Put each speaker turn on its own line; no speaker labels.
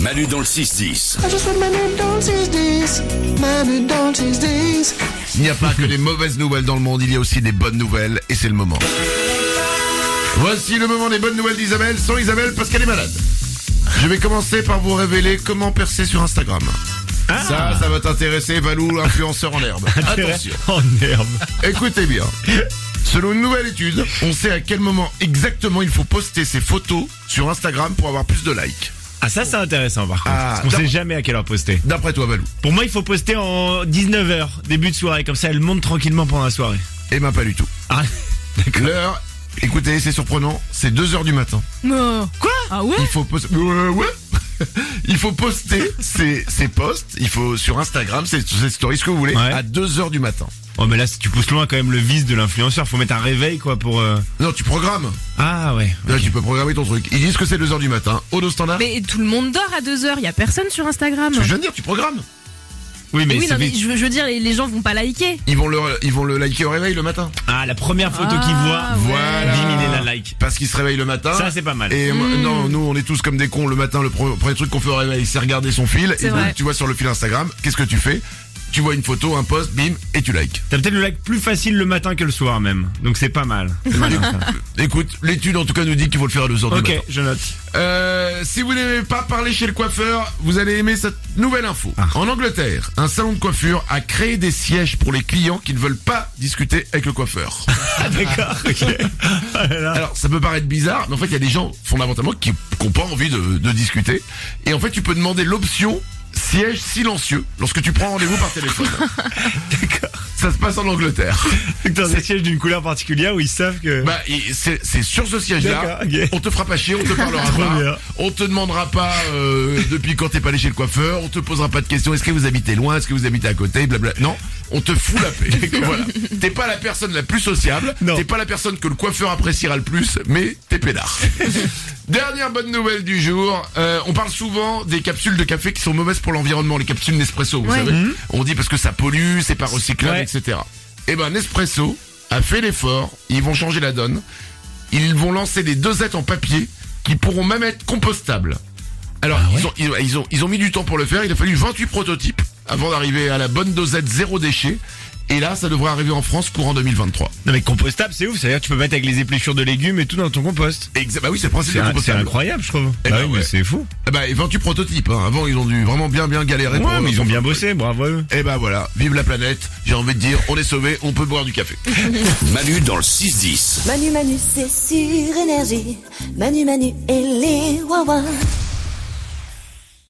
Manu dans le 6-10.
I just want Manu dans le 6-10. Manu dans le 6-10.
Il n'y a pas que des mauvaises nouvelles dans le monde, il y a aussi des bonnes nouvelles et c'est le moment. Voici le moment des bonnes nouvelles d'Isabelle, sans Isabelle parce qu'elle est malade. Je vais commencer par vous révéler comment percer sur Instagram. Ça, ça va t'intéresser, Valou, influenceur en herbe. Attention.
En herbe.
Écoutez bien. Selon une nouvelle étude, on sait à quel moment exactement il faut poster ses photos sur Instagram pour avoir plus de likes.
Ah ça c'est intéressant par contre.
Ah,
parce qu'on
d'accord.
sait jamais à quelle heure poster.
D'après toi, Valou.
Pour moi il faut poster en 19h, début de soirée, comme ça elle monte tranquillement pendant la soirée.
Eh ben, pas du tout.
Ah, d'accord.
L'heure, écoutez, c'est surprenant, c'est 2 heures du matin.
Quoi Ah ouais
Il faut poster. Il faut poster ses, ses posts, il faut sur Instagram, ses, ses stories, ce que vous voulez,
Ouais.
à 2h du matin.
Oh mais là si tu pousses loin quand même le vice de l'influenceur, faut mettre un réveil quoi pour... euh,
Non, tu programmes.
Ah ouais.
Là, tu peux programmer ton truc. Ils disent que c'est 2h du matin. Odo standard.
Mais tout le monde dort à 2h, y a personne sur Instagram.
Ce que je viens de dire, tu programmes.
Oui mais,
oui,
ça
non, mais
fait-
je, veux- je veux dire, les, les gens vont pas liker.
Ils vont le, ils vont le liker au réveil le matin.
Ah la première photo
Ah,
qu'il voit,
ouais.
Voilà.
diminuer la like.
Parce qu'ils se réveillent le matin.
Ça c'est pas mal.
Et euh,
Hmm.
moi, non, nous on est tous comme des cons le matin. Le pre- premier truc qu'on fait au réveil, c'est regarder son fil.
C'est
Et donc
vrai.
tu vois sur le fil Instagram, qu'est-ce que tu fais Tu vois une photo, un post, bim, et tu likes.
T'as peut-être le like plus facile le matin que le soir même. Donc c'est pas mal. C'est malin, ça.
Écoute, l'étude en tout cas nous dit qu'il faut le faire à 2h du
ok
matin.
je note.
Euh, si vous n'aimez pas parler chez le coiffeur, vous allez aimer cette nouvelle info. En Angleterre, un salon de coiffure a créé des sièges pour les clients qui ne veulent pas discuter avec le coiffeur.
Ah d'accord. ok. Oh là là.
Alors, ça peut paraître bizarre, mais en fait, il y a des gens fondamentalement qui n'ont pas envie de, de discuter. Et en fait, tu peux demander l'option siège silencieux lorsque tu prends rendez-vous par téléphone. Ça se passe en Angleterre.
Dans des sièges d'une couleur particulière où ils savent que.
Bah, et c'est c'est sur ce siège-là.
D'accord, ok.
On te fera pas chier, on te parlera
Trop
pas.
bien.
On te demandera pas euh, depuis quand t'es pas allé chez le coiffeur. On te posera pas de questions. Est-ce que vous habitez loin Est-ce que vous habitez à côté Blabla. Non, on te fout la paix. voilà. T'es pas la personne la plus sociable.
Non.
T'es pas la personne que le coiffeur appréciera le plus, mais t'es pédard. Dernière bonne nouvelle du jour. Euh, on parle souvent des capsules de café qui sont mauvaises pour l'environnement, les capsules Nespresso. Vous
Ouais.
savez,
Mmh.
on dit parce que ça pollue, c'est pas recyclable,
Ouais.
etc. Eh ben Nespresso a fait l'effort. Ils vont changer la donne. Ils vont lancer des dosettes en papier qui pourront même être compostables. Alors,
Ah
ils, ont, ils, ont- ils ont, ils ont mis du temps pour le faire. Il a fallu 28 prototypes avant d'arriver à la bonne dosette zéro déchet. Et là, ça devrait arriver en France courant 2023.
Non mais compostable c'est ouf, c'est-à-dire que tu peux mettre avec les épluchures de légumes et tout dans ton compost.
Exa- bah oui, c'est le principe du
C'est un- c'est
compostable.
incroyable je trouve.
Eh
Bah
ben
oui,
ouais.
mais c'est fou.
Eh ben, et 28 prototypes. hein. Avant, ils ont dû vraiment bien, bien galérer. pour-
Ouais mais ils ont bien bossé, bravo à eux.
Eh ben voilà, vive la planète. J'ai envie de dire, on est sauvés, on peut boire du café.
Manu dans le 6-10.
Manu Manu, c'est sur énergie. Manu Manu et les Wawa.